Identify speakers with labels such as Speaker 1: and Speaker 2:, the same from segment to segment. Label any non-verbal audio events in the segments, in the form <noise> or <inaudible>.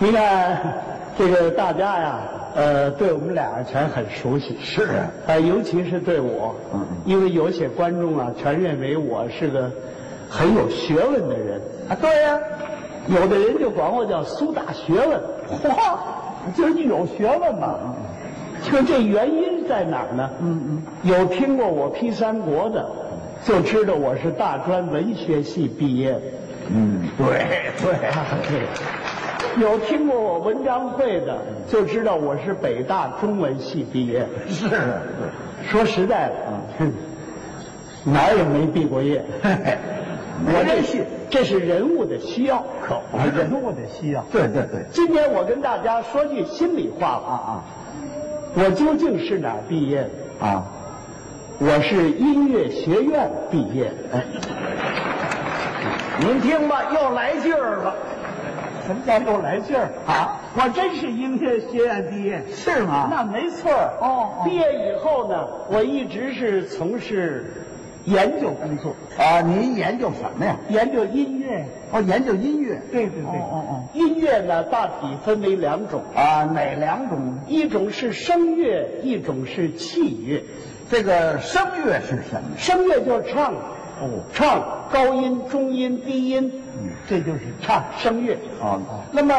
Speaker 1: 你看，这个大家呀，呃，对我们俩全很熟悉，
Speaker 2: 是啊，
Speaker 1: 呃，尤其是对我，
Speaker 2: 嗯
Speaker 1: 因为有些观众啊，全认为我是个很有学问的人，
Speaker 2: 啊，对呀、
Speaker 1: 有的人就管我叫苏大学问，
Speaker 2: 嚯，就是你有学问嘛。
Speaker 1: 就这原因在哪儿呢？
Speaker 2: 嗯嗯，
Speaker 1: 有听过我批三国的，就知道我是大专文学系毕业的。
Speaker 2: 嗯，对对，
Speaker 1: 啊有听过我文章会的，就知道我是北大中文系毕业。
Speaker 2: 是啊，
Speaker 1: 说实在的，哼哪儿也没毕过业。
Speaker 2: 嘿嘿
Speaker 1: 我这是这是人物的需要，
Speaker 2: 可不是
Speaker 1: 啊人物的需要。
Speaker 2: 对对对，
Speaker 1: 今天我跟大家说句心里话
Speaker 2: 啊
Speaker 1: 吧，
Speaker 2: 啊
Speaker 1: 我究竟是哪儿毕业的？
Speaker 2: 啊，
Speaker 1: 我是音乐学院毕业的。
Speaker 2: 您听吧，又来劲儿了
Speaker 1: 什么叫又来劲儿？
Speaker 2: 啊，
Speaker 1: 我真是音乐学院毕业。
Speaker 2: 是吗？
Speaker 1: 那没错儿
Speaker 2: 哦哦
Speaker 1: 毕业以后呢，我一直是从事研究工作，
Speaker 2: 啊，您研究什么呀？
Speaker 1: 研究音乐。
Speaker 2: 哦，研究音乐。
Speaker 1: 对对
Speaker 2: 哦哦
Speaker 1: 音乐呢，大体分为两种，
Speaker 2: 哦，啊，哪两种？
Speaker 1: 一种是声乐，一种是器乐。
Speaker 2: 这个声乐是什么？
Speaker 1: 声乐就是唱，
Speaker 2: 哦
Speaker 1: 唱高音、中音、低音，
Speaker 2: 嗯
Speaker 1: 这就是唱声乐。
Speaker 2: 哦，那么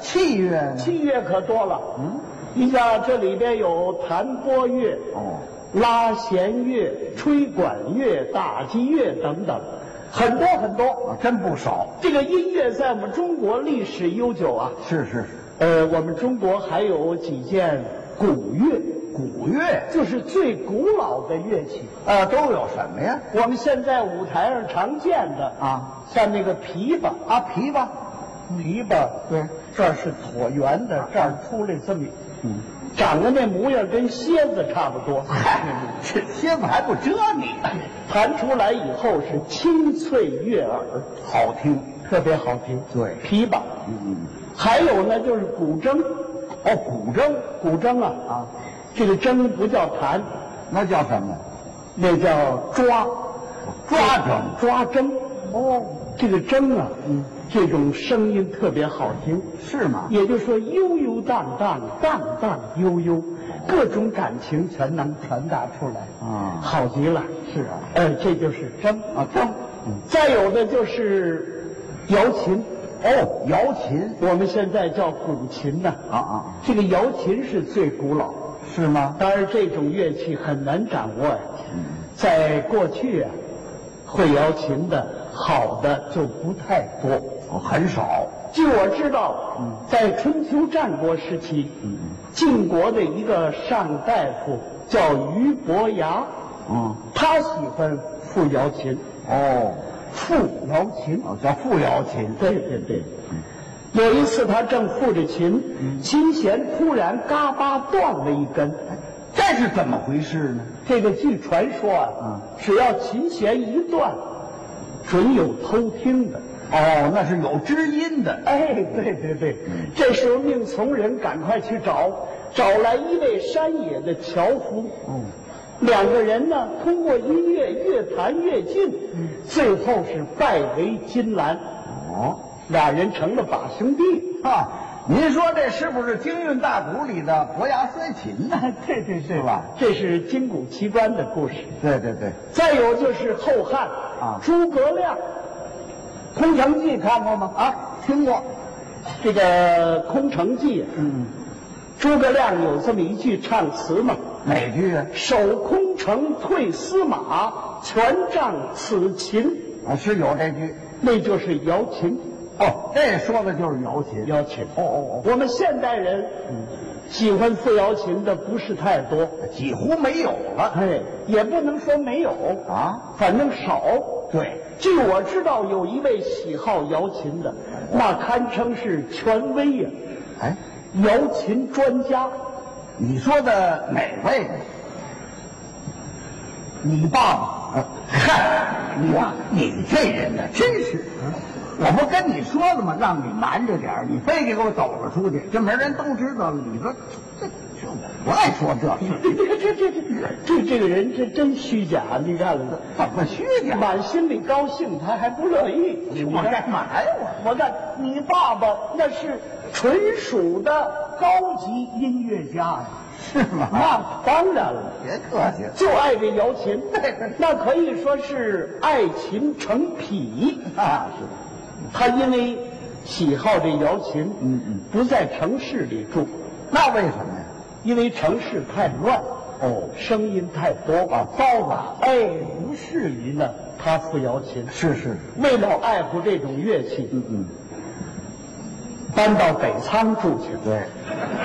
Speaker 2: 器乐呢？
Speaker 1: 器乐可多了，
Speaker 2: 嗯，
Speaker 1: 你像这里边有弹拨乐、
Speaker 2: 哦，
Speaker 1: 拉弦乐、吹管乐、打击乐等等，很多很多。
Speaker 2: 啊真不少。
Speaker 1: 这个音乐在我们中国历史悠久啊，
Speaker 2: 是是，
Speaker 1: 呃，我们中国还有几件古乐，
Speaker 2: 古乐
Speaker 1: 就是最古老的乐器。
Speaker 2: 啊都有什么呀？
Speaker 1: 我们现在舞台上常见的
Speaker 2: 啊，
Speaker 1: 像那个琵琶，
Speaker 2: 啊，琵琶。
Speaker 1: 琵琶
Speaker 2: 对，
Speaker 1: 这儿是椭圆的，这儿出来这么，
Speaker 2: 嗯，
Speaker 1: 长得那模样跟蝎子差不多，
Speaker 2: 嗨，这 <laughs> 蝎子还不蛰你，
Speaker 1: 弹出来以后是清脆悦耳，
Speaker 2: 好听。
Speaker 1: 特别好听。
Speaker 2: 对
Speaker 1: 琵琶，
Speaker 2: 嗯，
Speaker 1: 还有呢就是古筝，
Speaker 2: 哦，古筝
Speaker 1: 古筝啊
Speaker 2: 啊，
Speaker 1: 这个筝不叫弹，
Speaker 2: 那叫什么？
Speaker 1: 那叫抓，
Speaker 2: 抓筝
Speaker 1: 抓筝。哦，这个筝啊，嗯，这种声音特别好听，
Speaker 2: 是吗？
Speaker 1: 也就是说悠悠荡荡，荡荡悠悠，各种感情全能传达出来，
Speaker 2: 啊
Speaker 1: 好极了。
Speaker 2: 是啊
Speaker 1: 呃，这就是筝
Speaker 2: 啊筝嗯
Speaker 1: 再有的就是瑶琴，
Speaker 2: 哦，瑶琴
Speaker 1: 我们现在叫古琴呐。
Speaker 2: 啊啊，
Speaker 1: 这个瑶琴是最古老，
Speaker 2: 是吗？
Speaker 1: 当然这种乐器很难掌握呀、
Speaker 2: 嗯，
Speaker 1: 在过去啊，会瑶琴的好的就不太多。
Speaker 2: 哦，很少。
Speaker 1: 据我知道，
Speaker 2: 嗯
Speaker 1: 在春秋战国时期，
Speaker 2: 嗯
Speaker 1: 晋国的一个上大夫叫俞伯牙，
Speaker 2: 嗯，
Speaker 1: 他喜欢复瑶琴，
Speaker 2: 哦，
Speaker 1: 复瑶琴。
Speaker 2: 哦叫复瑶琴。
Speaker 1: 对对对。嗯有一次，他正复着琴，琴弦突然嘎巴断了一根。
Speaker 2: 这是怎么回事呢？
Speaker 1: 这个据传说啊，
Speaker 2: 嗯
Speaker 1: 只要琴弦一断，准有偷听的。
Speaker 2: 哦，那是有知音的。
Speaker 1: <laughs> 哎，对对对，
Speaker 2: 嗯
Speaker 1: 这时候命从人赶快去找，找来一位山野的樵夫。
Speaker 2: 嗯，
Speaker 1: 两个人呢，通过音乐越弹越近，
Speaker 2: 嗯
Speaker 1: 最后是拜为金兰，
Speaker 2: 哦，
Speaker 1: 俩人成了把兄弟。
Speaker 2: 啊，您说这是不是京韵大鼓里的伯牙摔琴呢？ <laughs> 对对对吧？
Speaker 1: 这是金谷奇观的故事。
Speaker 2: 对对对，
Speaker 1: 再有就是后汉
Speaker 2: 啊
Speaker 1: 诸葛亮，《空城计》看过吗？啊，听过。这个《空城计》，
Speaker 2: 嗯，
Speaker 1: 诸葛亮有这么一句唱词嘛。
Speaker 2: 哪句啊？
Speaker 1: 守空城，退司马，全仗此琴。
Speaker 2: 啊，是有这句。
Speaker 1: 那就是瑶琴，
Speaker 2: 哦，这说的就是瑶琴。
Speaker 1: 瑶琴。
Speaker 2: 哦哦
Speaker 1: 我们现代人喜欢复瑶琴的不是太多，
Speaker 2: 哦，几乎没有了
Speaker 1: 哎，也不能说没有，
Speaker 2: 啊。
Speaker 1: 反正少。
Speaker 2: 对，
Speaker 1: 据我知道，有一位喜好瑶琴的，那堪称是权威呀、
Speaker 2: 哎，
Speaker 1: 瑶琴专家。 <laughs>
Speaker 2: 你说的哪位呢？
Speaker 1: 你爸爸
Speaker 2: 啊嗨，你呀、你这人呢，真是，我不跟你说了吗？让你瞒着点儿你非得给我抖了出去，这门人都知道了。你说这这我不爱说这
Speaker 1: 这这这
Speaker 2: 事，
Speaker 1: 这这这个人这真虚假，你看了吗？
Speaker 2: 怎么虚假？
Speaker 1: 满心里高兴，他还不乐意。
Speaker 2: 我干嘛呀我？
Speaker 1: 我看你爸爸那是纯属的高级音乐家
Speaker 2: <laughs>
Speaker 1: 呀、
Speaker 2: 是吗？
Speaker 1: 那当然了，
Speaker 2: 别客气，
Speaker 1: 就爱这瑶琴，那可以说是爱琴成癖。
Speaker 2: <laughs> 那啊是
Speaker 1: 他因为喜好这瑶琴，
Speaker 2: 嗯嗯，
Speaker 1: 不在城市里住，
Speaker 2: 那为什么呀？
Speaker 1: 因为城市太乱，
Speaker 2: 哦，
Speaker 1: 声音太多
Speaker 2: 啊，糟吧，
Speaker 1: 哎，不适宜呢。他抚瑶琴，
Speaker 2: 是是，
Speaker 1: 为了爱护这种乐器，
Speaker 2: 嗯嗯，
Speaker 1: 搬到北仓住去。
Speaker 2: 对。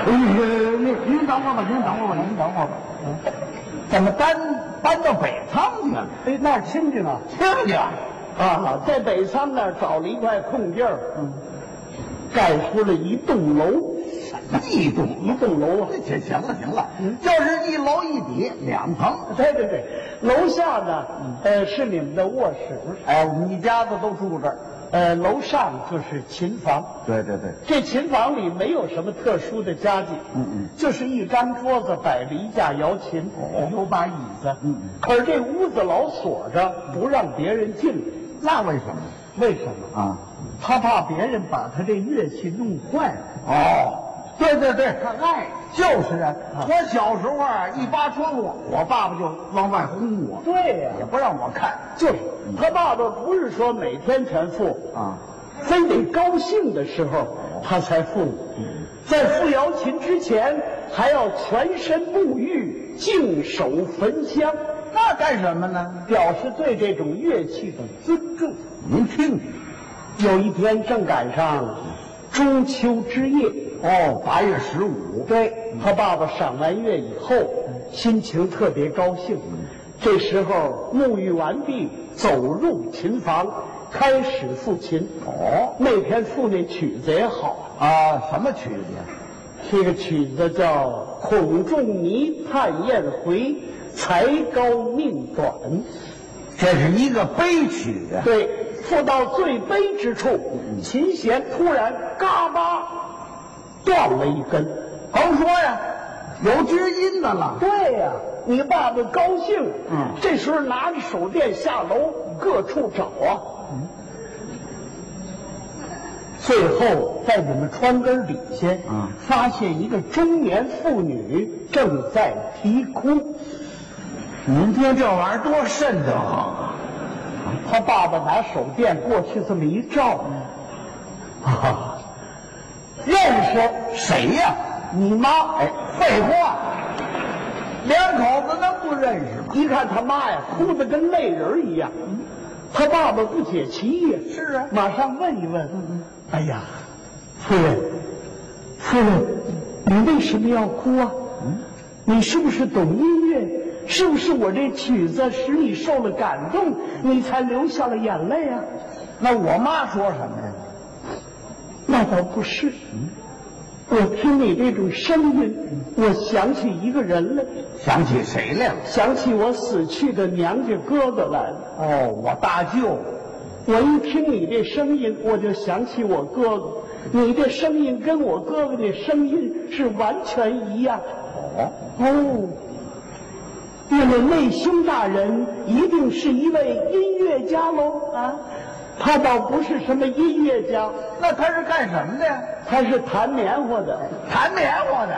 Speaker 2: 您您您等会儿吧，您等会儿吧，您等会儿吧。嗯怎么搬搬到北仓去了？
Speaker 1: 哎，那儿亲戚呢？
Speaker 2: 听听，
Speaker 1: 啊，在北仓那儿找了一块空地儿，嗯，盖出了一栋楼，
Speaker 2: 一栋
Speaker 1: 一栋楼啊。
Speaker 2: 行行了行了，
Speaker 1: 嗯
Speaker 2: 就是一楼一底两层。
Speaker 1: 对对对，楼下呢，
Speaker 2: 嗯
Speaker 1: 呃，是你们的卧室，
Speaker 2: 哎，我们一家子都住这儿。
Speaker 1: 呃，楼上就是琴房。
Speaker 2: 对对对，
Speaker 1: 这琴房里没有什么特殊的家具，
Speaker 2: 嗯嗯，
Speaker 1: 就是一张桌子摆着一架摇琴，
Speaker 2: 哦
Speaker 1: 哎有把椅子，
Speaker 2: 嗯嗯
Speaker 1: 可是这屋子老锁着，不让别人进来，
Speaker 2: 那为什么
Speaker 1: 为什么？
Speaker 2: 啊？
Speaker 1: 他怕别人把他这乐器弄坏了。
Speaker 2: 哦，对对对，哎，就是啊
Speaker 1: 啊，
Speaker 2: 我小时候啊，一扒窗户，我爸爸就往外轰我，
Speaker 1: 对呀、
Speaker 2: 也不让我看
Speaker 1: 就是他爸爸不是说每天全付，
Speaker 2: 啊。
Speaker 1: 非得高兴的时候他才付。在付瑶琴之前，还要全身沐浴、净手焚香，
Speaker 2: 那干什么呢？
Speaker 1: 表示对这种乐器的尊重。
Speaker 2: 您听听，
Speaker 1: 有一天正赶上中秋之夜，
Speaker 2: 哦，八月十五，
Speaker 1: 对他爸爸赏完月以后，心情特别高兴。这时候沐浴完毕，走入琴房，开始抚琴。
Speaker 2: 哦
Speaker 1: 那天赋那曲子也好，
Speaker 2: 啊，什么曲子？
Speaker 1: 这个曲子叫《孔仲尼探燕回》，才高命短。
Speaker 2: 这是一个悲曲啊。
Speaker 1: 对，复到最悲之处，琴弦突然嘎巴断了一根。
Speaker 2: 甭说呀，有知音的了。
Speaker 1: 对呀、你爸爸高兴，
Speaker 2: 嗯
Speaker 1: 这时候拿着手电下楼各处找啊，最后在你们窗根底下，
Speaker 2: 嗯
Speaker 1: 发现一个中年妇女正在啼哭，
Speaker 2: 您听这玩意儿多瘆得慌啊！
Speaker 1: 他爸爸拿手电过去这么一照，
Speaker 2: 嗯
Speaker 1: 啊，认识
Speaker 2: 谁呀、
Speaker 1: 你妈，哎，
Speaker 2: 废话，两口子能不认识吗？
Speaker 1: 一看他妈呀，哭得跟泪人儿一样。他爸爸不解其意，
Speaker 2: 嗯是啊嗯
Speaker 1: 马上问一问。哎呀，夫人，夫人，你为什么要哭啊？
Speaker 2: 嗯
Speaker 1: 你是不是懂音乐？是不是我这曲子使你受了感动，你才流下了眼泪啊？
Speaker 2: 那我妈说什么呀？
Speaker 1: 那倒不是。
Speaker 2: 嗯
Speaker 1: 我听你这种声音，我想起一个人来，
Speaker 2: 想起谁来了？
Speaker 1: 想起我死去的娘家哥哥来了。
Speaker 2: 哦，我大舅。
Speaker 1: 我一听你这声音，我就想起我哥哥。你这声音跟我哥哥的声音是完全一样。
Speaker 2: 哦，
Speaker 1: 哦，那么内兄大人一定是一位音乐家喽啊！他倒不是什么音乐家，
Speaker 2: 那他是干什么的呀？
Speaker 1: 他是弹棉花的。
Speaker 2: 弹棉花的。